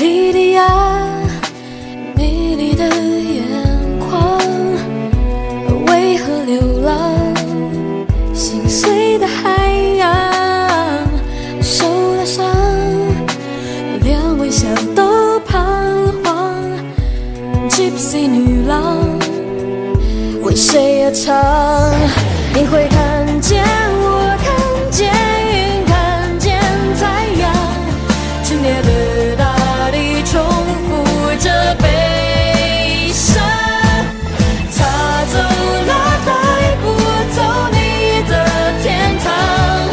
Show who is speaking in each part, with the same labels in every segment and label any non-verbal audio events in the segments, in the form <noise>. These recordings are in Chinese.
Speaker 1: 莉莉娅，迷离的眼眶，为何流浪？心碎的海洋，受了伤，连微笑都彷徨。Gypsy 女郎，为谁而唱？你会看见我，看见云，看见太阳，炽烈的大地重复着悲伤。他走了，带不走你的天堂。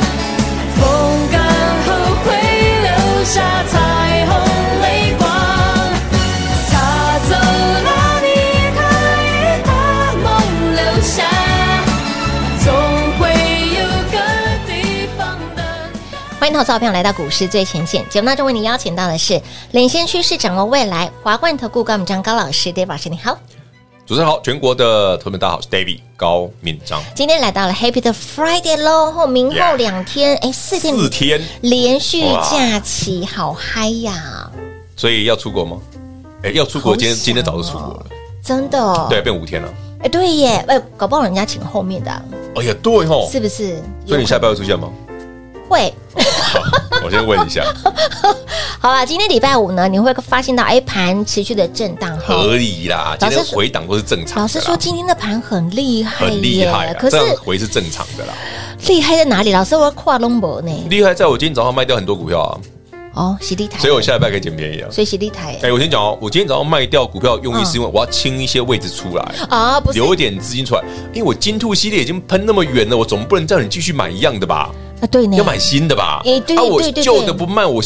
Speaker 1: 风干后会留下彩虹泪光。他走了，你可以把梦留下，总会有个地方等待。
Speaker 2: 欢迎投资者朋友来到股市最前线节目当中，为您邀请到的是领先趋势、掌握未来华冠投顾高敏章高老师，David 老师，你好。
Speaker 3: 主持人好，全国的朋友们大家好，我是 David 高敏章。
Speaker 2: 今天来到了 Happy 的 Friday 喽，后明后
Speaker 3: Yeah
Speaker 2: 两天，哎，四天
Speaker 3: 四天，
Speaker 2: 连续
Speaker 3: 哇
Speaker 2: 假期，好嗨呀！
Speaker 3: 所以要出国吗？哎、要出国，今天
Speaker 2: 好想哦
Speaker 3: 今天早就出国了，
Speaker 2: 真的哦，
Speaker 3: 对，变五天了。
Speaker 2: 哎，对耶，哎，搞不好人家请后面的啊，
Speaker 3: 哎呀，对吼，
Speaker 2: 是不是？
Speaker 3: 所以你下班会出
Speaker 2: <laughs>
Speaker 3: 现吗？
Speaker 2: 会
Speaker 3: 好，我先问一下，
Speaker 2: 好啦，今天礼拜五呢，你会发现到哎盘持续的震荡哈。
Speaker 3: 合理啦，
Speaker 2: 老
Speaker 3: 今
Speaker 2: 师
Speaker 3: 天回档都是正常的啦。
Speaker 2: 老师说今天的盘很厉害耶，
Speaker 3: 很厉害啦，啊
Speaker 2: 可是
Speaker 3: 这样回是正常的啦。
Speaker 2: 厉害在哪里？老师我要跨龙博呢，
Speaker 3: 厉害在我今天早上卖掉很多股票啊，
Speaker 2: 哦，洗地台，
Speaker 3: 所以我下礼拜可以捡便宜啊。
Speaker 2: 所以洗地台
Speaker 3: 哎、我先讲哦，我今天早上卖掉股票用意是因为我要清一些位置出来。
Speaker 2: 啊，不是
Speaker 3: 留一点资金出来，因为我金兔系列已经喷那么远了，我总不能叫你继续买一样的吧？
Speaker 2: 啊，对呢，
Speaker 3: 要买新的吧？
Speaker 2: 哎对
Speaker 3: 啊，我
Speaker 2: 对对对
Speaker 3: 旧的不卖，我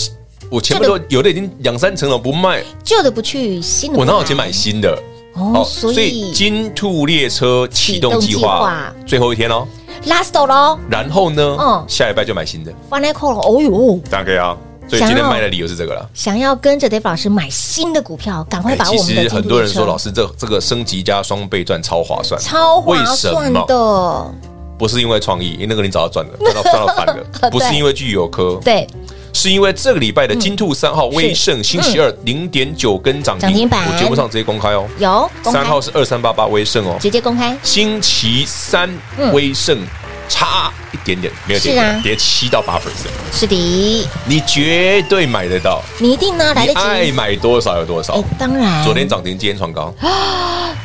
Speaker 3: 我前面
Speaker 2: 旧
Speaker 3: 都
Speaker 2: 的
Speaker 3: 有的已经两三层了，不卖，
Speaker 2: 旧的不去，新的不
Speaker 3: 我哪有钱买新的？
Speaker 2: 啊哦，所以
Speaker 3: 金兔列车启动计
Speaker 2: 启动计
Speaker 3: 划
Speaker 2: 划
Speaker 3: 最后一天哦，
Speaker 2: last 喽
Speaker 3: 然后呢，
Speaker 2: 嗯
Speaker 3: 下礼拜就买新的，
Speaker 2: ，final call 了，哦呦，
Speaker 3: 当然可以啊。所以
Speaker 2: 想
Speaker 3: 今天
Speaker 2: 要
Speaker 3: 卖的理由是这个了。
Speaker 2: 想要跟着 Dave 老师买新的股票，赶快把
Speaker 3: 哎其
Speaker 2: 我们的
Speaker 3: 实很多人说，老
Speaker 2: 师
Speaker 3: 师这这个升级加双倍赚超划算，
Speaker 2: 超划
Speaker 3: 为什
Speaker 2: 算
Speaker 3: 么？
Speaker 2: 的，
Speaker 3: 不是因为创意，因为那个你早就赚
Speaker 2: <laughs>
Speaker 3: 了，赚到赚到翻了。不是因为具有科，
Speaker 2: 对，嗯
Speaker 3: 是因为这个礼拜的金兔三号威盛星期二零点九根涨
Speaker 2: 涨停
Speaker 3: 停，
Speaker 2: 板
Speaker 3: 我节目上直接公开哦。
Speaker 2: 有公开
Speaker 3: 三号是二三八八威盛哦，
Speaker 2: 直接公开，
Speaker 3: 星期三
Speaker 2: 嗯
Speaker 3: 威盛差一点点，没有跌
Speaker 2: 是啊
Speaker 3: 跌七到八 percent，
Speaker 2: 是的，
Speaker 3: 你绝对买得到，
Speaker 2: 你一定呢来
Speaker 3: 你
Speaker 2: 得
Speaker 3: 爱
Speaker 2: 及，
Speaker 3: 买多少有多少
Speaker 2: 哎。，啊当然，
Speaker 3: 昨天涨停，今天创高，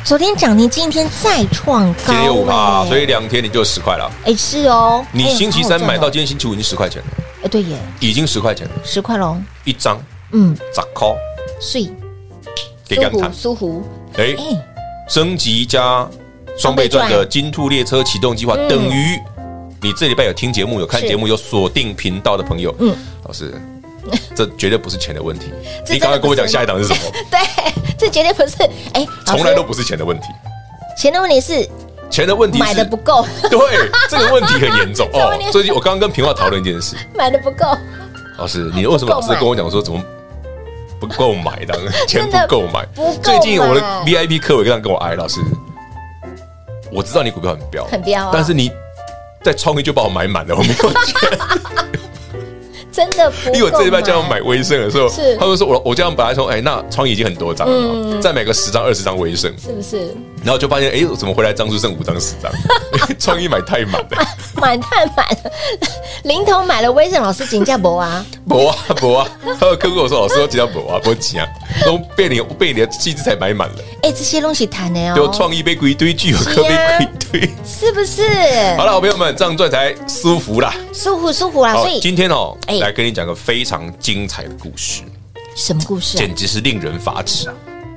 Speaker 2: 昨天涨停，今天再创高，
Speaker 3: 今天有五趴，
Speaker 2: 哎
Speaker 3: 所以两天你就十块了。
Speaker 2: 哎是哦，
Speaker 3: 你
Speaker 2: 哎
Speaker 3: 星期三买到，，
Speaker 2: 好好赚哦
Speaker 3: 今天星期五已经十块钱了，
Speaker 2: 哎对耶，
Speaker 3: 已经十块钱了，
Speaker 2: 十块喽，
Speaker 3: 一张
Speaker 2: 嗯，
Speaker 3: 砸 call
Speaker 2: 碎，
Speaker 3: 给
Speaker 2: 苏
Speaker 3: 干
Speaker 2: 湖
Speaker 3: 谈，
Speaker 2: 苏湖，
Speaker 3: 哎，
Speaker 2: 哎，
Speaker 3: 升级加双倍赚的金兔列车启动计划，
Speaker 2: 嗯
Speaker 3: 等于你这礼拜有听节目、有看
Speaker 2: 是
Speaker 3: 节目、有锁定频道的朋友，
Speaker 2: 嗯
Speaker 3: 嗯，老师，这绝对不是钱的问题。
Speaker 2: <laughs> 这
Speaker 3: 你赶快跟我
Speaker 2: 真的不
Speaker 3: 讲
Speaker 2: 是
Speaker 3: 下一档是什么？
Speaker 2: 哎 <laughs> 对，这绝对不是，哎，老师
Speaker 3: 从来都不是钱的问题，
Speaker 2: 钱的问题是
Speaker 3: 钱的问题
Speaker 2: 买的
Speaker 3: 是
Speaker 2: 不。够，
Speaker 3: <laughs>
Speaker 2: <laughs>
Speaker 3: 对，这个问题很严重
Speaker 2: 这个
Speaker 3: 哦
Speaker 2: 问题。
Speaker 3: 最近我刚刚跟平话讨论一件
Speaker 2: <laughs>
Speaker 3: 事，
Speaker 2: 买的不够，
Speaker 3: 老师，你为什么老是跟我讲说怎么不够
Speaker 2: <laughs>
Speaker 3: 买的，钱不够买？
Speaker 2: 不够买
Speaker 3: 最近我的 VIP 客委这样跟我挨，老师，我知道你股票很彪，
Speaker 2: 很彪啊
Speaker 3: 但是你在创意就把我买满了，我没有钱，
Speaker 2: <laughs> 真的不够，
Speaker 3: 因为我这礼拜叫他们买微升的时候
Speaker 2: 啊是，嗯
Speaker 3: 他们说我我叫他们本来说，哎，那创意已经很多张了嘛，再买个十张二十张微升，
Speaker 2: 是不是？
Speaker 3: 然后就发现，哎，怎么回来张数剩五张十张？ <laughs> 创意买太满了，
Speaker 2: <laughs> 买太满了， <laughs> 零头买了威盛老师金价博
Speaker 3: <laughs>
Speaker 2: 啊，
Speaker 3: 博啊博啊，还有客户跟我说，老师我几张博啊博几啊，都被你被你的气质才买满了。
Speaker 2: 哎，这些东西谈的
Speaker 3: 有
Speaker 2: 哦，
Speaker 3: 创意被归堆，具有科被归堆。
Speaker 2: 是不是？
Speaker 3: 好了，好朋友们，这样赚才舒服啦。
Speaker 2: 舒服舒服啦，
Speaker 3: 好
Speaker 2: 所，以
Speaker 3: 今天哦
Speaker 2: 哎，
Speaker 3: 来跟你讲个非常精彩的故事，
Speaker 2: 什么故事啊？
Speaker 3: 简直是令人发指啊！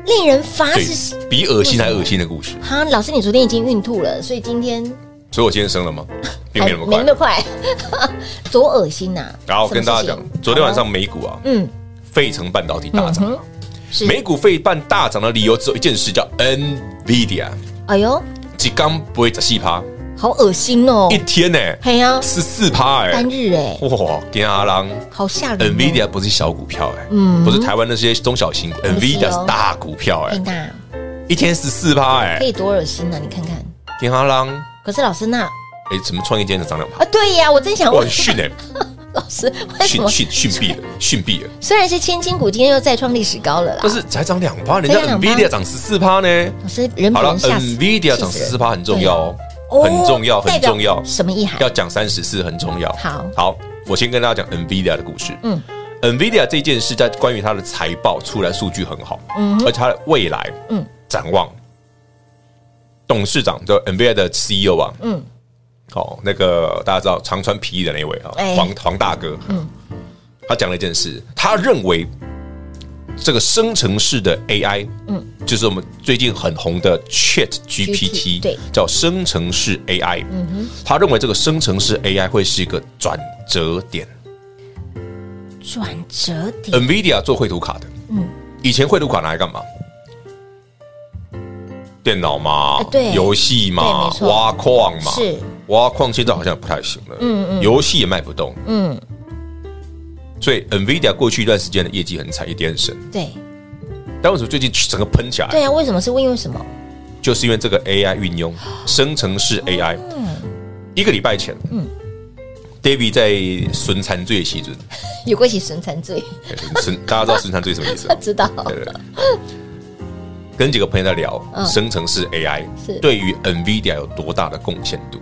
Speaker 2: 令人发
Speaker 3: 对
Speaker 2: 指。，
Speaker 3: 比恶心还恶心的故事。
Speaker 2: 哈，老师，你昨天已经孕吐了，所以今天
Speaker 3: 所以我今天升
Speaker 2: <laughs>
Speaker 3: 了吗？并没那么
Speaker 2: 哎没
Speaker 3: 快
Speaker 2: 那。么快， <laughs> 多恶心呐、
Speaker 3: 然后跟大家
Speaker 2: 什
Speaker 3: 讲
Speaker 2: 么事，情
Speaker 3: 昨天晚上美股啊，
Speaker 2: 嗯，
Speaker 3: 费城半导体大涨啊。
Speaker 2: 是
Speaker 3: 美股费半大涨的理由只有一件事，叫 NVIDIA，
Speaker 2: 哎呦，
Speaker 3: 几刚不会十四趴，
Speaker 2: 好恶心哦
Speaker 3: 一！天呢
Speaker 2: 嘿呀、
Speaker 3: 十四趴哎
Speaker 2: 单，日哎、
Speaker 3: 哇，给阿郎
Speaker 2: 好吓人、哦。
Speaker 3: NVIDIA 不是小股票哎，
Speaker 2: 嗯
Speaker 3: 不是台湾那些中小型股
Speaker 2: 是
Speaker 3: ，NVIDIA
Speaker 2: 哦
Speaker 3: 是大股票
Speaker 2: 哎
Speaker 3: 哎，
Speaker 2: 那
Speaker 3: 一天十四趴哎
Speaker 2: 可，以多恶心呐、啊你看看。
Speaker 3: 给阿郎
Speaker 2: 可是老师那
Speaker 3: 哎，怎么创业今天涨两趴？
Speaker 2: 啊，对呀，我真想问
Speaker 3: 哇，很逊哎，
Speaker 2: <laughs> 老师，为什
Speaker 3: 逊
Speaker 2: 么
Speaker 3: 逊逊毙了，逊毙了。
Speaker 2: 虽然是千金股，今天又再创历史高了啦
Speaker 3: 但？是才涨两趴，人家
Speaker 2: 才涨
Speaker 3: NVIDIA 涨十四趴呢。
Speaker 2: 老师人比
Speaker 3: 好了
Speaker 2: 人吓死
Speaker 3: ，NVIDIA 涨
Speaker 2: 气
Speaker 3: 十
Speaker 2: 死
Speaker 3: 四
Speaker 2: 人
Speaker 3: 趴很重要哦，
Speaker 2: 哦
Speaker 3: 很重要，
Speaker 2: 代
Speaker 3: 很
Speaker 2: 表
Speaker 3: 重要。
Speaker 2: 什么意涵
Speaker 3: 要？讲三十四很重要。
Speaker 2: 好
Speaker 3: 好，我先跟大家讲 NVIDIA 的故事。
Speaker 2: 嗯
Speaker 3: 嗯，NVIDIA 这件事在关于它的财报出来数据很好，嗯，而且它的未来，
Speaker 2: 嗯
Speaker 3: 嗯，展望，董事长就 NVIDIA 的 CEO 啊，
Speaker 2: 嗯
Speaker 3: 嗯，哦，那个大家知道常穿皮衣的那一位啊
Speaker 2: 哎，
Speaker 3: 黄黄大哥，嗯，他讲了一件事，他认为这个生成式的 AI，嗯。就是我们最近很红的 Chat
Speaker 2: GPT
Speaker 3: GPT，
Speaker 2: 对嗯
Speaker 3: 叫生成式 AI。他认为这个生成式 AI 会是一个转折点。
Speaker 2: 转折点
Speaker 3: NVIDIA 做绘图卡的，
Speaker 2: 嗯
Speaker 3: 以前绘图卡拿来干嘛？电脑嘛，
Speaker 2: 呃对
Speaker 3: 游戏
Speaker 2: 对
Speaker 3: 嘛
Speaker 2: 没，错
Speaker 3: 挖矿嘛，
Speaker 2: 是
Speaker 3: 挖矿现在好像也不太行了，
Speaker 2: 嗯嗯
Speaker 3: 游戏也卖不动，
Speaker 2: 嗯，
Speaker 3: 所以 NVIDIA 过去一段时间的业绩很惨，一点神。
Speaker 2: 对
Speaker 3: 但为什么最近整个喷起来？
Speaker 2: 对呀，为什么是因为什么？
Speaker 3: 就是因为这个 AI 运用，生成式
Speaker 2: 嗯
Speaker 3: AI。一个礼拜前，嗯，David 在损残罪的
Speaker 2: <laughs>
Speaker 3: 时准，
Speaker 2: 有过一起损残罪，
Speaker 3: 对损大家知道损残罪什么意思？
Speaker 2: 知道
Speaker 3: 对对对跟几个朋友在聊
Speaker 2: 嗯
Speaker 3: 生成式 AI
Speaker 2: 是
Speaker 3: 对于 NVIDIA 有多大的贡献度？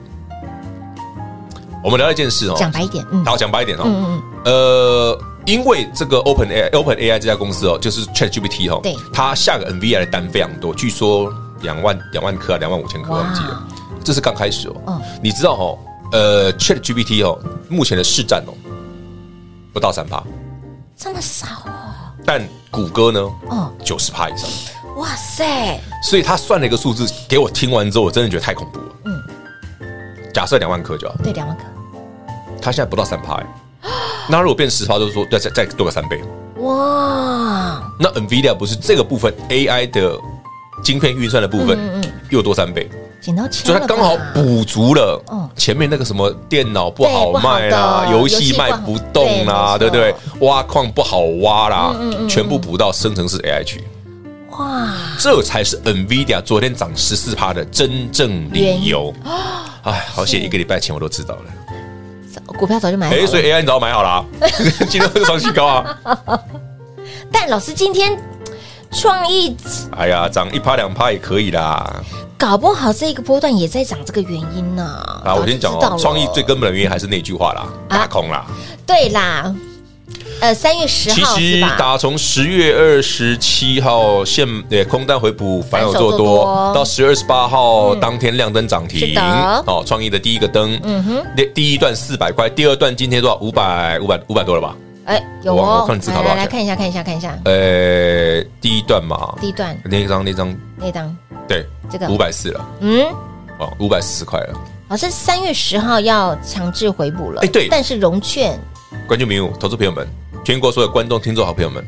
Speaker 3: 我们聊一件事哦，
Speaker 2: 讲白一点，嗯
Speaker 3: 好，讲白一点哦，呃，因为这个 Open AI Open AI 这家公司哦，就是 Chat GPT 哦，
Speaker 2: 对
Speaker 3: 它下个 NVIDIA 的单非常多，据说两万两万颗啊，两万五千颗，
Speaker 2: 哇
Speaker 3: 忘记了，这是刚开始哦。
Speaker 2: 嗯
Speaker 3: 你知道哦，呃，Chat GPT 哦，目前的市占哦不到三趴，
Speaker 2: 这么少哦，
Speaker 3: 但谷歌呢，
Speaker 2: 哦
Speaker 3: 九十趴以上，
Speaker 2: 哇塞，
Speaker 3: 所以他算了一个数字给我听完之后，我真的觉得太恐怖了。
Speaker 2: 嗯
Speaker 3: 假设两万颗就好，
Speaker 2: 对，两万颗，
Speaker 3: 它现在不到三趴、欸，那如果变十趴，就是说再再再多个三倍。
Speaker 2: 哇，
Speaker 3: 那 NVIDIA 不是这个部分 AI 的晶片运算的部分
Speaker 2: 嗯嗯
Speaker 3: 又多三倍，
Speaker 2: 捡到钱
Speaker 3: 所以
Speaker 2: 了吧，
Speaker 3: 它刚好补
Speaker 2: 嗯
Speaker 3: 足了前面那个什么电脑不好卖
Speaker 2: 对不好
Speaker 3: 啦，
Speaker 2: 的
Speaker 3: 游戏卖不动啦，
Speaker 2: 游戏不好对
Speaker 3: 对不对
Speaker 2: 没？
Speaker 3: 挖矿不好挖啦
Speaker 2: 嗯嗯嗯嗯，
Speaker 3: 全部补到生成式 AI 去，
Speaker 2: 哇，
Speaker 3: 这才是 NVIDIA 昨天涨十四趴的真正理由。哎，好险，一个礼拜前我都知道了。
Speaker 2: 哦股票早就买
Speaker 3: <laughs>
Speaker 2: 好
Speaker 3: 哎，所
Speaker 2: 了，
Speaker 3: 以 AI 你早买好啦， <laughs> 今天会创新高啊！
Speaker 2: 但老师今天创意
Speaker 3: 哎呀，涨一趴两趴也可以啦。
Speaker 2: 搞不好这个波段也在涨这个原因呢。
Speaker 3: 啊，我先讲
Speaker 2: 早就知道
Speaker 3: 哦
Speaker 2: 了，
Speaker 3: 创意最根本的原因还是那句话啦，
Speaker 2: 啊
Speaker 3: 打空啦。
Speaker 2: 对啦，呃，三月十
Speaker 3: 其
Speaker 2: 号
Speaker 3: 实
Speaker 2: 是吧？
Speaker 3: 打从十月二十七号现呃空单回补，反手
Speaker 2: 反
Speaker 3: 做
Speaker 2: 手做
Speaker 3: 多
Speaker 2: 多，
Speaker 3: 到十月二十八号当天亮灯涨
Speaker 2: 是
Speaker 3: 停
Speaker 2: 的，
Speaker 3: 哦，创意的第一个灯，嗯哼，第一段四百块，第二段今天多少？五百五百五百多了吧？
Speaker 2: 哎，有
Speaker 3: 我
Speaker 2: 哦
Speaker 3: 我，看你自己
Speaker 2: 来
Speaker 3: 打多
Speaker 2: 来来
Speaker 3: 少钱
Speaker 2: 看一下，看一下，看一下
Speaker 3: 呃，第一段嘛，
Speaker 2: 第一段
Speaker 3: 那张那张
Speaker 2: 那档，
Speaker 3: 对，
Speaker 2: 这个
Speaker 3: 五百四了，
Speaker 2: 嗯，
Speaker 3: 哦，五百四十块了。
Speaker 2: 老师哦三月十号要强制回补了，
Speaker 3: 哎对
Speaker 2: 但是融券
Speaker 3: 观众朋友、投资朋友们，全国所有观众、听众、好朋友们，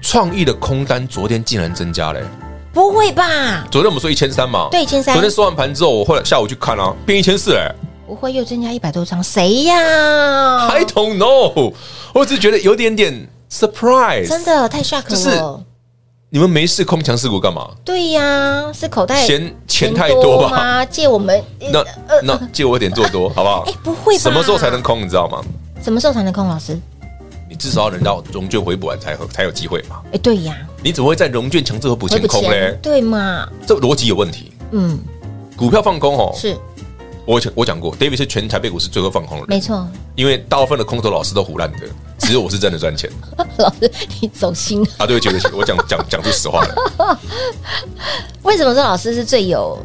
Speaker 3: 创意的空单昨天竟然增加了、欸
Speaker 2: 不会吧？
Speaker 3: 昨天我们说一千三嘛，
Speaker 2: 对1300
Speaker 3: 昨天收完盘之后，我后来下午去看啊，变一千四哎
Speaker 2: 不会又增加一百多张，谁呀？
Speaker 3: ，I don't know，我只是觉得有点点 surprise。
Speaker 2: 真，的太 shock
Speaker 3: 就是
Speaker 2: 了，
Speaker 3: 你们没事空强势股干嘛？
Speaker 2: 对呀，是口袋
Speaker 3: 嫌钱太多吧？
Speaker 2: 哎吗？借我们呃
Speaker 3: 那那借我点
Speaker 2: <laughs>
Speaker 3: 做多好不好
Speaker 2: 哎？不会吧？
Speaker 3: 什么时候才能空？你知道吗？
Speaker 2: 什么时候才能空？老师，
Speaker 3: 你至少要等到融券回补完才有才有机会嘛。
Speaker 2: 哎对呀，
Speaker 3: 你怎么会在融券强制回补
Speaker 2: 回
Speaker 3: 前
Speaker 2: 补
Speaker 3: 空嘞
Speaker 2: 钱？对嘛？
Speaker 3: 这逻辑有问题。
Speaker 2: 嗯，
Speaker 3: 股票放空哦，
Speaker 2: 是
Speaker 3: 我讲我讲过，David 是全台北股市最会放空的人，
Speaker 2: 没错。 <laughs>
Speaker 3: 因为大部分的空头老师都胡乱的，只有我是真的赚钱。
Speaker 2: 老师，你走心了。
Speaker 3: 啊，对不起，对不起，我讲讲讲出实话了。
Speaker 2: 为什么说老师是最有、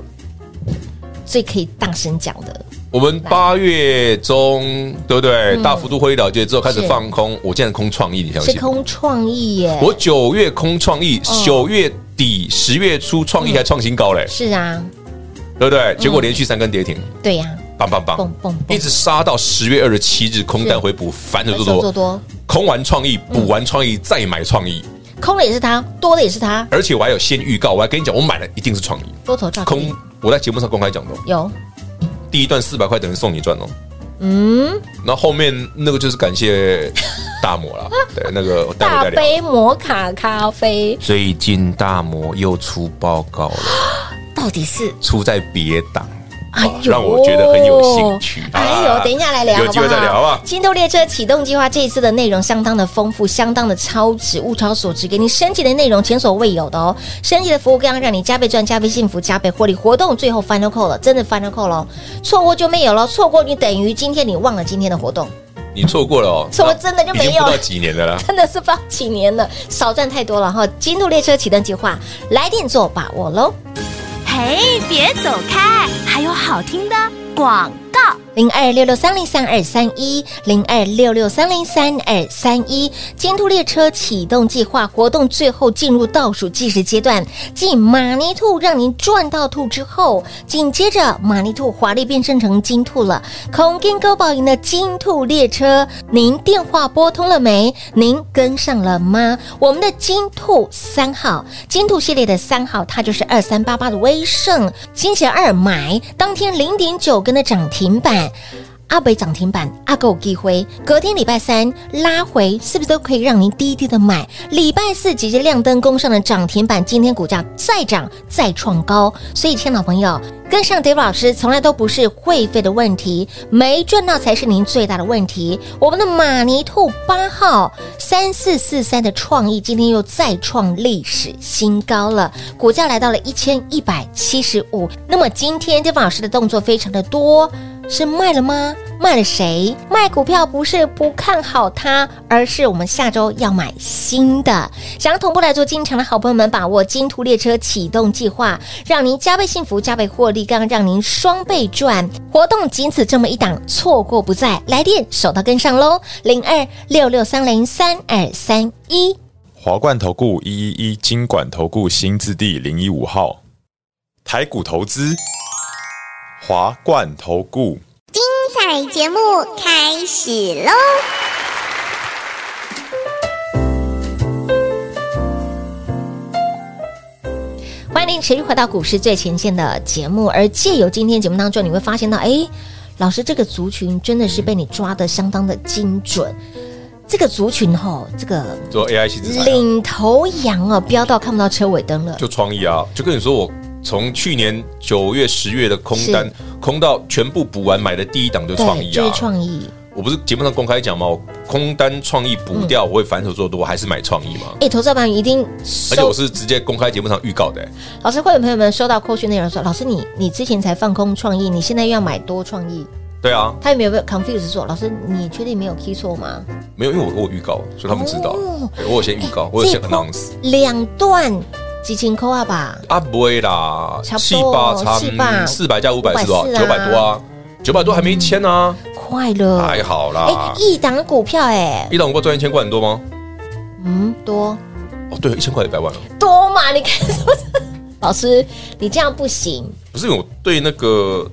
Speaker 2: 最可以大声讲的？<laughs>
Speaker 3: 我们八月中，对不对？大幅度会议了结之后开始
Speaker 2: 嗯是
Speaker 3: 放空，我竟然空创意，你相
Speaker 2: 是
Speaker 3: 信吗？
Speaker 2: 空创意耶。
Speaker 3: 我九月空创意，九月底十月初创意还创新高嘞，
Speaker 2: 嗯是啊，
Speaker 3: 对不对？结果连续三根跌停，
Speaker 2: 对呀、
Speaker 3: 棒棒
Speaker 2: 蹦
Speaker 3: 棒
Speaker 2: 蹦，蹦
Speaker 3: 一直杀到十月二十七日空单回补，反手做
Speaker 2: 反手做
Speaker 3: 多
Speaker 2: 多，嗯
Speaker 3: 空完创意补完创意再买创意，
Speaker 2: 空了也是他，多了也是他，
Speaker 3: 而且我还有先预告，我还跟你讲，我买的一定是创意
Speaker 2: 多头照
Speaker 3: 空，我在节目上公开讲的哦，
Speaker 2: 有，
Speaker 3: 第一段四百块等于送你赚哦。
Speaker 2: 嗯，
Speaker 3: 那后面那个就是感
Speaker 2: <laughs>
Speaker 3: 谢大摩了，对，那个待
Speaker 2: 大
Speaker 3: 会再聊。
Speaker 2: 杯摩卡咖啡
Speaker 3: 啊最近大摩又出报告了，啊
Speaker 2: 到底是
Speaker 3: 出在别档，
Speaker 2: 哎呦
Speaker 3: 啊让我觉得很有兴趣。
Speaker 2: 哎呦，
Speaker 3: 啊
Speaker 2: 等一下来聊好不好，
Speaker 3: 有机会再聊好不好？
Speaker 2: 心动列车启动计划这一次的内容相当的丰富，相当的超值，物超所值，给你升级的内容前所未有的哦，升级的服务更要让你加倍赚、加倍幸福、加倍获利。活动最后 final call 了，真的 final call 了，哦错过就没有了，错过你等于今天你忘了今天的活动，
Speaker 3: 你错过了哦，
Speaker 2: 错过真的就没有
Speaker 3: 已经不到几年了啦。
Speaker 2: 真的是不知道几年了，少赚太多了哈。金度列车启动计划，来电做把握喽。
Speaker 4: 嘿，别走开，还有好听的广告。
Speaker 2: 零二六六三零三二三一，零二六六三零三二三一。监督列车启动计划活动最后进入倒数计时阶段，继马尼兔让您赚到兔之后，紧接着马尼兔华丽变身成金兔了。空金勾宝赢的金兔列车，您电话拨通了没？您跟上了吗？我们的金兔三号，金兔系列的三号，它就是二三八八的威盛，星期二买，当天零点九根的涨停板。阿北涨停板，阿狗机会，隔天礼拜三拉回，是不是都可以让您低低的买？礼拜四直接亮灯攻上了涨停板，今天股价再涨再创高，所以，亲爱的朋友，跟上 Dave 老师从来都不是会费的问题，没赚到才是您最大的问题。我们的马尼兔八号三四四三的创意，今天又再创历史新高了，股价来到了一千一百七十五。那么今天 Dave 老师的动作非常的多。是卖了吗？卖了谁？卖股票不是不看好它，而是我们下周要买新的。想要同步来做进场的好朋友们，把握金途列车启动计划，让您加倍幸福、加倍获利，更让您双倍赚。活动仅此这么一档，错过不再，来电手到跟上喽，零二六六三零三二三一。
Speaker 5: 华冠投顾一一一金管投顾新字第零一五号，台股投资，华冠投顾。
Speaker 6: 彩节目开始喽！
Speaker 2: 欢迎您持续回到股市最前线的节目，而借由今天节目当中，你会发现到，哎，老师这个族群真的是被你抓的相当的精准。这个族群吼、这个
Speaker 3: 做 AI 新资产啊
Speaker 2: 领头羊哦，飙到看不到车尾灯了。
Speaker 3: 就创意啊，就跟你说我。从去年九月、十月的空单
Speaker 2: 是
Speaker 3: 空到全部补完，买的第一档就
Speaker 2: 对，
Speaker 3: 创意
Speaker 2: 就是
Speaker 3: 啊！
Speaker 2: 创意。
Speaker 3: 我不是节目上公开讲吗？我空单创意补掉，我会反手做多，还是买创意吗？
Speaker 2: 哎，投资版一定
Speaker 3: 而且
Speaker 2: 收
Speaker 3: 我。是直接公开节目上预告的、欸
Speaker 2: 老师，会有朋友们收到扣讯内容说，老师你你之前才放空创意，你现在又要买多创意，
Speaker 3: 对啊，
Speaker 2: 他有没有被 confuse 说，老师你确定没有 key 错吗？
Speaker 3: 没有，因为我我有预告，所以他们知道。
Speaker 2: 哦
Speaker 3: 对我有先预告，我有先
Speaker 2: 这一波
Speaker 3: announce。
Speaker 2: 两段激情扣啊吧。
Speaker 3: 啊，不会啦，
Speaker 2: 差
Speaker 3: 七
Speaker 2: 不
Speaker 3: 八
Speaker 2: 多
Speaker 3: 差
Speaker 2: 四八
Speaker 3: 四百加五百是多少？
Speaker 2: 540
Speaker 3: 九百多啊，九百多还没一千呢，
Speaker 2: 快乐，哎
Speaker 3: 太好啦！
Speaker 2: 一档股票哎、
Speaker 3: 一档股票赚一千块很多吗？
Speaker 2: 嗯，多
Speaker 3: 哦，对，一千块一百万了。
Speaker 2: 多嘛，你看是不是？老师，你这样不行，
Speaker 3: 不是因为我对那个，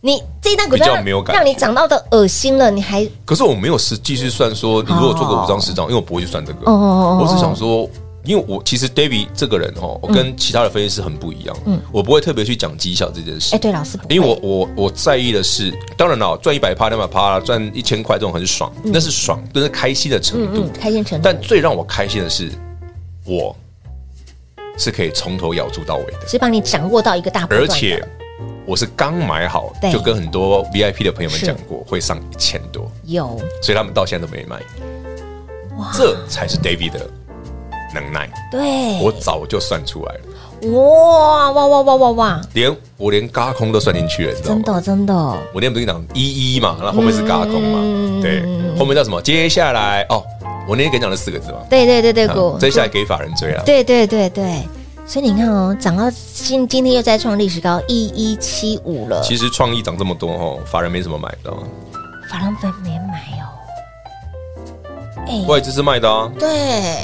Speaker 2: 你这档股票
Speaker 3: 比较
Speaker 2: 让
Speaker 3: 没有感觉
Speaker 2: 让你涨到的恶心了，你还哦
Speaker 3: 可是我没有实际去算说，你如果做个五张十张，因为我不会去算这个。
Speaker 2: 哦哦哦嗯
Speaker 3: 我是想说，因为我其实 David 这个人哦，我跟其他的分析师很不一样。我不会特别去讲绩效这件
Speaker 2: 哎、
Speaker 3: 事。
Speaker 2: 对，老师不会，
Speaker 3: 因为我我我在意的是，当然了，赚一百趴、两百趴啦，赚一千块这种很爽，那是爽，那是开心的程度
Speaker 2: 嗯。开心程度，
Speaker 3: 但最让我开心的是，我是可以从头咬住到尾的，
Speaker 2: 是帮你掌握到一个大波段
Speaker 3: 而
Speaker 2: 的
Speaker 3: 且我是刚买好，
Speaker 2: 对
Speaker 3: 就跟很多 VIP 的朋友们
Speaker 2: 是
Speaker 3: 讲过，会上一千多，
Speaker 2: 有
Speaker 3: 所以他们到现在都没买。这才是 David 的能耐，
Speaker 2: 对，
Speaker 3: 我早就算出来了，
Speaker 2: 哇哇哇哇哇哇，
Speaker 3: 连我连嘎空都算进去了，知道
Speaker 2: 真
Speaker 3: 吗？
Speaker 2: 的真的
Speaker 3: 我那天不是跟你讲一一嘛，然后后面是嘎空
Speaker 2: 嗯
Speaker 3: 嘛，对，后面叫什么？接下来哦，我那天跟你讲了四个字嘛，
Speaker 2: 对对对对，股
Speaker 3: 嗯， <laughs> 接下来给法人追了，
Speaker 2: 对对对对，所以你看哦，涨到今今天又再创历史高一一七五了，
Speaker 3: 其实创意涨这么多哦，法人没怎么买，知道吗？
Speaker 2: 法郎粉没买哦，哎、
Speaker 3: 外资是卖的啊，
Speaker 2: 对，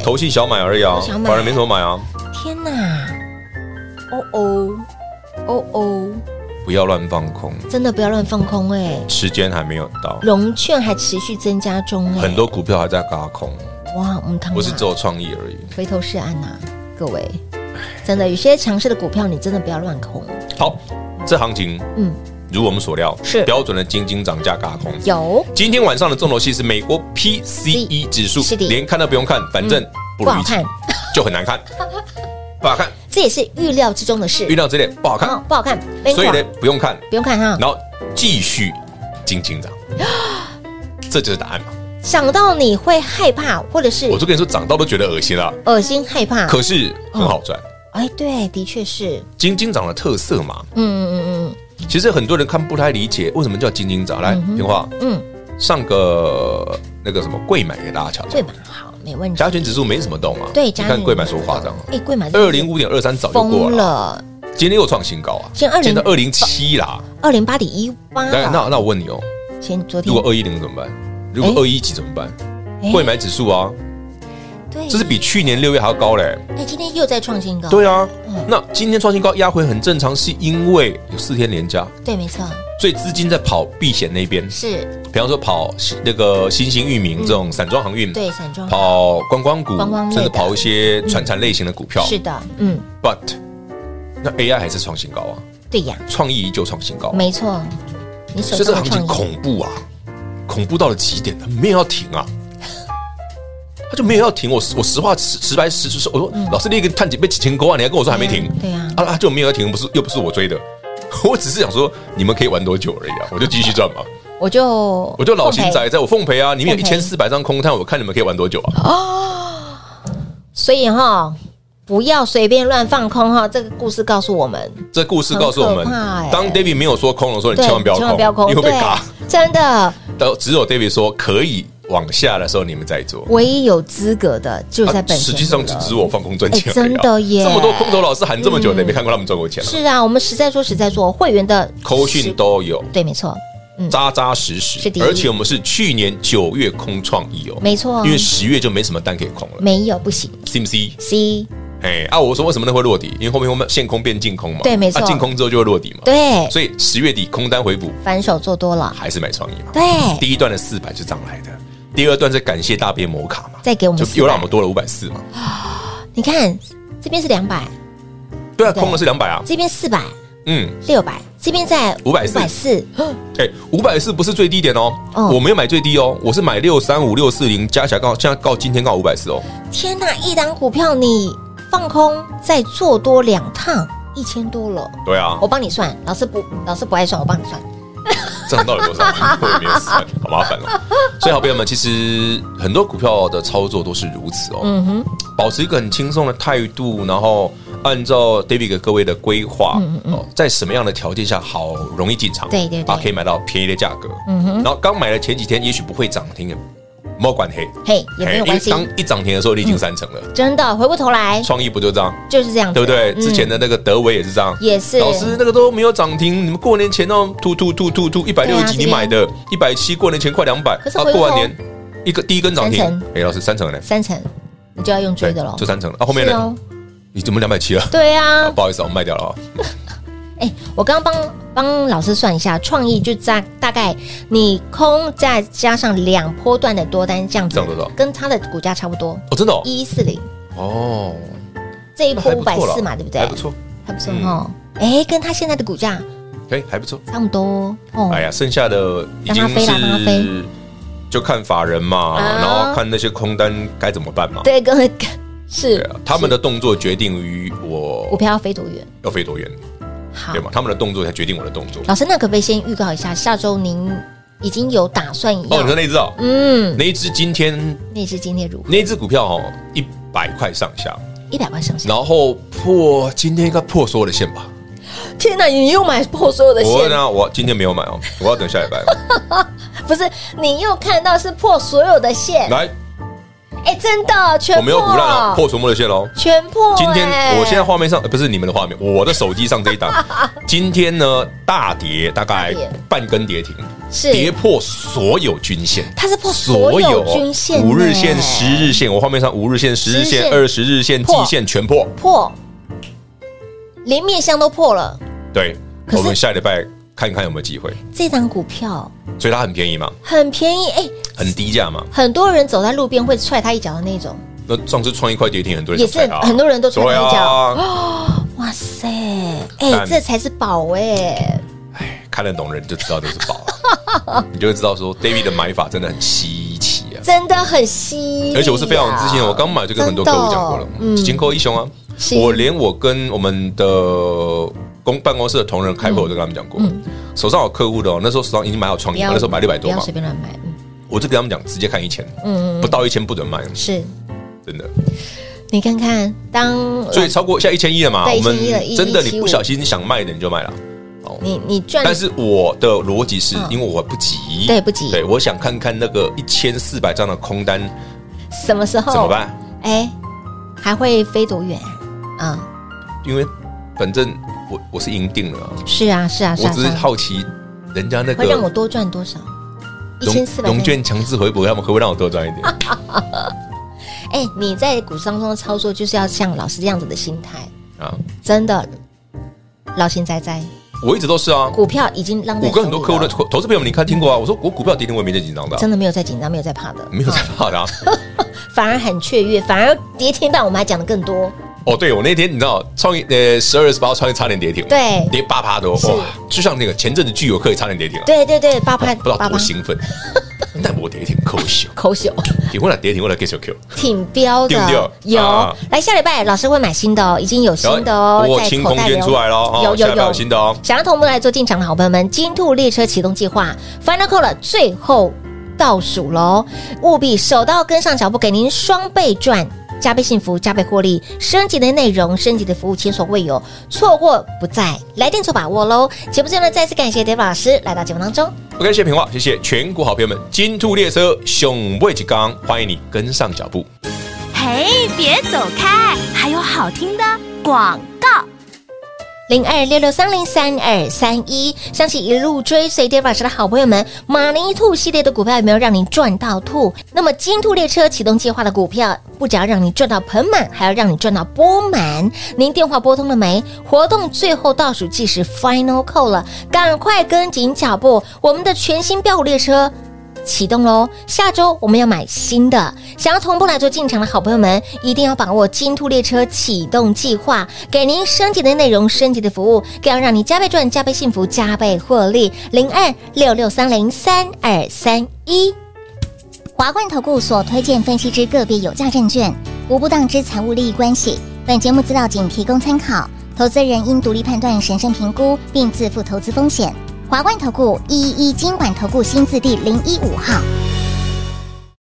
Speaker 3: 投信小买而已啊，
Speaker 2: 小买
Speaker 3: 法人没怎么买啊。
Speaker 2: 天哪！哦哦哦哦，
Speaker 3: 不要乱放空，
Speaker 2: 真的不要乱放空哎、
Speaker 3: 时间还没有到，
Speaker 2: 融券还持续增加中哎、
Speaker 3: 很多股票还在嘎空，
Speaker 2: 哇，我们他
Speaker 3: 我是只有创意而已。
Speaker 2: 回头是岸呐、啊各位，真的有些强势的股票你真的不要乱空，
Speaker 3: 好，这行情
Speaker 2: 嗯，
Speaker 3: 如我们所料，
Speaker 2: 是
Speaker 3: 标准的金金涨价嘎空。
Speaker 2: 有
Speaker 3: 今天晚上的重头戏是美国 PCE 指数
Speaker 2: 是的，嗯
Speaker 3: 连看都不用看，反正
Speaker 2: 不
Speaker 3: 不如
Speaker 2: 好
Speaker 3: 预期
Speaker 2: 看，
Speaker 3: 就很难
Speaker 2: <laughs>
Speaker 3: 看，不好看，
Speaker 2: 这也是预料之中的事
Speaker 3: 遇，到这类不好
Speaker 2: 哦
Speaker 3: 看，
Speaker 2: 不好嗯看，没
Speaker 3: 所以
Speaker 2: 错
Speaker 3: 呢不用看，
Speaker 2: 不用看哈，
Speaker 3: 然后继续金金
Speaker 2: <laughs>
Speaker 3: 涨，这就是答案嘛。
Speaker 2: 想到你会害怕，或者是嗯
Speaker 3: 我就跟你说，涨到都觉得恶心了，
Speaker 2: 恶心害怕，
Speaker 3: 可是很好赚。
Speaker 2: 哎，对，的确是，
Speaker 3: 金金涨的特色嘛，
Speaker 2: 嗯嗯嗯
Speaker 3: 其实很多人看不太理解为什么叫金金涨。来，听话，
Speaker 2: 嗯
Speaker 3: 上个那个什么贵买给大家瞧
Speaker 2: 嗯，
Speaker 3: 瞧
Speaker 2: 对，嘛，好，没问题
Speaker 3: 加，权指数没什么动嘛。
Speaker 2: 对，
Speaker 3: 你
Speaker 2: 加
Speaker 3: 看
Speaker 2: 权
Speaker 3: 贵买多夸张啊，
Speaker 2: 哎，贵买
Speaker 3: 二零五点二三早就过
Speaker 2: 疯
Speaker 3: 了，
Speaker 2: 了，
Speaker 3: 今天又创新高啊，
Speaker 2: 现在20
Speaker 3: 现在二零七啦。
Speaker 2: 二零八点一八嗯
Speaker 3: 那
Speaker 2: 了，
Speaker 3: 那那我问你哦，
Speaker 2: 前昨
Speaker 3: 如
Speaker 2: 天
Speaker 3: 果二一零怎么办？如果二一几怎么办？
Speaker 2: 哎
Speaker 3: 贵买指数啊，
Speaker 2: 对，
Speaker 3: 这是比去年六月还要高嘞。
Speaker 2: 哎，今天又在创新高，
Speaker 3: 对啊，
Speaker 2: 嗯
Speaker 3: 那今天创新高压回很正常，是因为有四天连假，
Speaker 2: 对，没错，
Speaker 3: 所以资金在跑避险那边，
Speaker 2: 是
Speaker 3: 比方说跑那个新兴域名这种散装航运，
Speaker 2: 嗯对散装，
Speaker 3: 跑观光股
Speaker 2: 观光类，的嗯
Speaker 3: 甚至跑一些传产类型的股票。
Speaker 2: 是的，嗯，
Speaker 3: But 那 AI 还是创新高啊，
Speaker 2: 对呀，
Speaker 3: 创意依旧创新高啊，
Speaker 2: 没错，你手
Speaker 3: 所以这
Speaker 2: 上
Speaker 3: 个
Speaker 2: 的
Speaker 3: 行情
Speaker 2: 创意
Speaker 3: 恐怖啊，恐怖到了极点，它没有要停啊，它就没有要停。我我实话实实白实说，我说、老师那个探底被几千勾啊，你还跟我说还没停，
Speaker 2: 嗯对啊
Speaker 3: 啊，它就没有要停，不是又不是我追的， <laughs> 我只是想说你们可以玩多久而已啊，我就继续赚嘛，
Speaker 2: 我就
Speaker 3: 我就老型仔，在我奉陪啊，你们有
Speaker 2: 哦奉
Speaker 3: 一
Speaker 2: 陪哦
Speaker 3: 千四百张空探，我看你们可以玩多久啊，
Speaker 2: 所以哈，不要随便乱放空哈。这个故事告诉我们，
Speaker 3: 这故事告诉我们
Speaker 2: 很可怕欸，
Speaker 3: 当 David 没有说空的时候，你千万不要
Speaker 2: 千
Speaker 3: 空，
Speaker 2: 万不要空，
Speaker 3: 你会被
Speaker 2: 对
Speaker 3: 嘎。， <laughs>
Speaker 2: 真的，
Speaker 3: 到只有 David 说可以往下的时候，你们再做。
Speaker 2: 唯一有资格的就在本身
Speaker 3: 啊实际上只
Speaker 2: 了
Speaker 3: 只我放空赚钱、而
Speaker 2: 哎真
Speaker 3: 已啊
Speaker 2: 的耶嗯
Speaker 3: 这么多空头老师喊这么久的，也没看过他们赚过钱了。
Speaker 2: 是啊，我们实在说实在说，会员的
Speaker 3: 扣讯都有，
Speaker 2: 对，没错，
Speaker 3: 扎扎实实
Speaker 2: 是的，
Speaker 3: 而且我们是去年九月空创意哦，
Speaker 2: 没错
Speaker 3: 因为十月就没什么单可以空了
Speaker 2: 没有不行。
Speaker 3: ，C 不 C？
Speaker 2: C
Speaker 3: 哎啊，我说为什么那会落底？因为后面我们限空变净空嘛，
Speaker 2: 对没错
Speaker 3: 啊净空之后就会落底嘛，，
Speaker 2: 对，
Speaker 3: 所以十月底空单回补
Speaker 2: 反手做多了，
Speaker 3: 还是买创意嘛，
Speaker 2: 对，
Speaker 3: 第一段的四百就涨来的，第二段是感谢大变摩卡嘛，
Speaker 2: 再给我们
Speaker 3: 就
Speaker 2: 400
Speaker 3: 又让我们多了五百四嘛，
Speaker 2: 你看这边是两百，
Speaker 3: 对啊，
Speaker 2: 对
Speaker 3: 空的是两百啊，
Speaker 2: 这边四百
Speaker 3: 嗯，
Speaker 2: 六百，这边在
Speaker 3: 540
Speaker 2: 百四，
Speaker 3: 哎，五百四不是最低点哦，
Speaker 2: 哦
Speaker 3: 我没有买最低哦，我是买六三五六四零，加起来刚好现在到今天刚好五百四哦，
Speaker 2: 天哪！一档股票你放空再做多两趟，一千多了。
Speaker 3: 对啊
Speaker 2: 我，帮你算，老师不，老师不爱算，我帮你算。
Speaker 3: 这样到底多少？ <laughs> 我也没有算，好麻烦
Speaker 2: <laughs>
Speaker 3: 哦。所以好朋友们，其实很多股票的操作都是如此哦，
Speaker 2: 嗯哼，
Speaker 3: 保持一个很轻松的态度，然后按照 David 给各位的规划，哦，在什么样的条件下好容易进场，
Speaker 2: 嗯对对对
Speaker 3: 啊，可以买到便宜的价格，
Speaker 2: 嗯哼
Speaker 3: 然后刚买的前几天也许不会涨停，也莫管黑，
Speaker 2: 嘿，也没有
Speaker 3: 哎因为
Speaker 2: 关系，嗯
Speaker 3: 当一涨停的时候，你已经三成了，
Speaker 2: 真的回过头来
Speaker 3: 创意不就这样？
Speaker 2: 就是这样子，
Speaker 3: 对不对？
Speaker 2: 嗯
Speaker 3: 之前的那个德维也是这样，
Speaker 2: 也是
Speaker 3: 老师那个都没有涨停，你们过年前哦，突突突突突一百
Speaker 2: 对
Speaker 3: 六
Speaker 2: 啊
Speaker 3: 十几你买的，一百七过年前快两百，啊
Speaker 2: 可是回头
Speaker 3: 过完年一个第一根涨停
Speaker 2: 三成，
Speaker 3: 哎，老师三成嘞，
Speaker 2: 三层，你就要用追的喽
Speaker 3: 就。三成了，啊，后面
Speaker 2: 是哦
Speaker 3: 呢？你怎么两百七了？
Speaker 2: 对啊，
Speaker 3: 不好意思啊，我卖掉了啊，
Speaker 2: 哎，我刚刚帮帮老师算一下，创意就在大概你空再加上两波段的多单，这样子
Speaker 3: 这样多少
Speaker 2: 跟它的股价差不多，
Speaker 3: 哦，真的哦，
Speaker 2: 一四零
Speaker 3: 哦，
Speaker 2: 这一
Speaker 3: 那
Speaker 2: 波
Speaker 3: 还
Speaker 2: 五
Speaker 3: 不
Speaker 2: 百
Speaker 3: 错了
Speaker 2: 四嘛，对不对
Speaker 3: 还？不错，嗯
Speaker 2: 还不错哈。哎，跟它现在的股价
Speaker 3: 哎，还不错，
Speaker 2: 差不多哦。
Speaker 3: 哎呀，剩下的已经
Speaker 2: 让它飞啦让它飞
Speaker 3: 是就看法人嘛，
Speaker 2: 啊
Speaker 3: 然后看那些空单该怎么办嘛，
Speaker 2: 对，跟
Speaker 3: 对
Speaker 2: 是
Speaker 3: 啊，他们的动作决定于
Speaker 2: 股
Speaker 3: 我
Speaker 2: 票要飞多远？
Speaker 3: 要飞多远，
Speaker 2: 好
Speaker 3: 对，吗？他们的动作才决定我的动作。
Speaker 2: 老师，那可不可以先预告一下，下周您已经有打算
Speaker 3: 哦，你说
Speaker 2: 要？
Speaker 3: 那一只哦，
Speaker 2: 啊嗯，
Speaker 3: 那一只今天
Speaker 2: 那是今天如何？
Speaker 3: 那一只股票哦，一百块上下，
Speaker 2: 一百万上下。
Speaker 3: 然后破今天应该破所有的线吧？
Speaker 2: 天哪，你又买破所有的
Speaker 3: 我
Speaker 2: 线，
Speaker 3: 呢，我今天没有买哦， <laughs> 我要等下礼拜
Speaker 2: <laughs> 不是？你又看到是破所有的线，
Speaker 3: 来，
Speaker 2: 哎，真的全
Speaker 3: 我
Speaker 2: 破，
Speaker 3: 没有胡乱哦，破全部的线喽。
Speaker 2: 全破。
Speaker 3: 今天
Speaker 2: 哎
Speaker 3: 我现在画面上呃不是你们的画面，我的手机上这
Speaker 2: <laughs>
Speaker 3: 一档，今天呢大跌大概
Speaker 2: 大跌
Speaker 3: 半根跌停，跌
Speaker 2: 是
Speaker 3: 破所有均线。哦
Speaker 2: 它是破所有均线，
Speaker 3: 五日线、
Speaker 2: 哎
Speaker 3: 十日线，我画面上五日线、十
Speaker 2: 十
Speaker 3: 日
Speaker 2: 日
Speaker 3: 线、
Speaker 2: 线
Speaker 3: 二十日线、
Speaker 2: 破
Speaker 3: 季线全破。
Speaker 2: 破，连面相都破了。
Speaker 3: 对，
Speaker 2: 可
Speaker 3: 我
Speaker 2: 是
Speaker 3: 们下礼拜看看有没有机会。
Speaker 2: 这张股票
Speaker 3: 所以它很便宜嘛，
Speaker 2: 很便宜，哎，
Speaker 3: 很低价嘛。
Speaker 2: 很多人走在路边会踹他一脚的那种，
Speaker 3: 那上次创意快跌停，很多人
Speaker 2: 也是
Speaker 3: 想踩它
Speaker 2: 很多人都踹他
Speaker 3: 啊对
Speaker 2: 一脚。
Speaker 3: 啊，
Speaker 2: 哇塞，哎，
Speaker 3: 但
Speaker 2: 这才是宝哎！
Speaker 3: <gasps> 看得懂人就知道这是宝啊， <laughs> 你就会知道说 David 的买法真的很稀奇啊。
Speaker 2: 真的很啊稀、
Speaker 3: 而且我是非常自信的，我刚买就跟很多客户讲过了，
Speaker 2: 哎真的哦嗯
Speaker 3: 几千扣一雄啊，
Speaker 2: 是
Speaker 3: 我连我跟我们的公办公室的同仁开会，我都跟他们讲过，手上有客户的哦，那时候手上已经买好创
Speaker 2: 嗯不
Speaker 3: 意，
Speaker 2: 要
Speaker 3: 那时候买六百
Speaker 2: 不
Speaker 3: 多
Speaker 2: 要
Speaker 3: 嘛
Speaker 2: 随，便乱买，嗯
Speaker 3: 我就跟他们讲，直接看一千，
Speaker 2: 嗯，
Speaker 3: 不到一千不准卖，
Speaker 2: 是
Speaker 3: 真的。
Speaker 2: 你看看，当
Speaker 3: 所以超过现在一千一了嘛，
Speaker 2: 对
Speaker 3: 我们
Speaker 2: 1100了1100
Speaker 3: 真的你不小心想卖的你就卖了。哦，
Speaker 2: 你你赚，
Speaker 3: 但是我的逻辑是
Speaker 2: 嗯
Speaker 3: 因为我不急，
Speaker 2: 对不急
Speaker 3: 对我想看看那个一千四百张的空单
Speaker 2: 什么时候
Speaker 3: 怎么？办，
Speaker 2: 哎，还会飞多远？啊，
Speaker 3: 因为反正我我是赢定了啊，
Speaker 2: 是啊，是啊，是
Speaker 3: 我
Speaker 2: 啊，
Speaker 3: 只
Speaker 2: 是
Speaker 3: 是
Speaker 2: 啊
Speaker 3: 好奇人家那
Speaker 2: 会让我
Speaker 3: 个
Speaker 2: 多赚多少？一
Speaker 3: 融
Speaker 2: 千四百
Speaker 3: 融券强制回补，他们可不可以让我多赚一点？
Speaker 2: 哎，你在股市当中的操作就是要像老师这样子的心态，
Speaker 3: 啊，
Speaker 2: 真的，老心哉哉，
Speaker 3: 我一直都
Speaker 2: <laughs>
Speaker 3: 是啊，
Speaker 2: 股票已经浪在
Speaker 3: 我跟很多
Speaker 2: 手里
Speaker 3: 客户
Speaker 2: 了
Speaker 3: 的投资朋友们，你看听过啊，我说我股票跌停我也没在紧张的啊，
Speaker 2: 真的没有在紧张，没有在怕的，
Speaker 3: 没有在
Speaker 2: 啊
Speaker 3: 怕的啊。
Speaker 2: 反而很雀跃，反而跌停板我们还讲的更多。
Speaker 3: 哦，对我那天你知道创业呃十二月十八创业差点跌停，
Speaker 2: 对
Speaker 3: 跌八趴多，哇！就像那个前阵子聚友客也差点跌停啊，
Speaker 2: 对对对，八
Speaker 3: 哦
Speaker 2: 拍
Speaker 3: 不知道
Speaker 2: 八
Speaker 3: 多
Speaker 2: 八
Speaker 3: 兴奋， <laughs> 但我跌停可惜，
Speaker 2: 口秀
Speaker 3: 跌过来跌停，我来 get Q，
Speaker 2: 挺标
Speaker 3: 对不
Speaker 2: 的
Speaker 3: 对，
Speaker 2: 有
Speaker 3: 啊
Speaker 2: 来下礼拜老师会买新的哦，已经有新的哦，
Speaker 3: 我
Speaker 2: 在
Speaker 3: 清
Speaker 2: 口
Speaker 3: 空
Speaker 2: 袋
Speaker 3: 间
Speaker 2: 留
Speaker 3: 出来了哦，
Speaker 2: 有
Speaker 3: 下
Speaker 2: 有
Speaker 3: 礼拜
Speaker 2: 有
Speaker 3: 有新的哦，
Speaker 2: 想要同步来做进场的好朋友们，金兔列车启动计划 Final Call 了，最后倒数喽，务必手到跟上脚步，给您双倍赚。加倍幸福，加倍获利，升级的内容，升级的服务，前所未有，错过不再，来电做把握喽！节目最后呢，再次感谢 David 老师来到节目当中。
Speaker 3: OK，谢谢平话，谢谢全国好朋友们，金兔列车雄卫吉刚，欢迎你跟上脚步。
Speaker 4: 嘿，别走开，还有好听的广告。
Speaker 2: 零二六六三零三二三一，相信一路追随 Dave 老师的好朋友们，马尼兔系列的股票有没有让您赚到吐？那么金兔列车启动计划的股票，不只要让你赚到盆满，还要让你赚到钵满。您电话拨通了没？活动最后倒数计时 final call 了，赶快跟紧脚步，我们的全新标股列车。启动喽！下周我们要买新的，想要同步来做进场的好朋友们，一定要把握金兔列车启动计划，给您升级的内容、升级的服务，更要让你加倍赚、加倍幸福、加倍获利。零二六六三零三二三一。
Speaker 6: 华冠投顾所推荐分析之个别有价证券，无不当之财务利益关系。本节目资料仅提供参考，投资人应独立判断、审慎评估，并自负投资风险。华冠投顾一一一金管投顾新字第零一五号。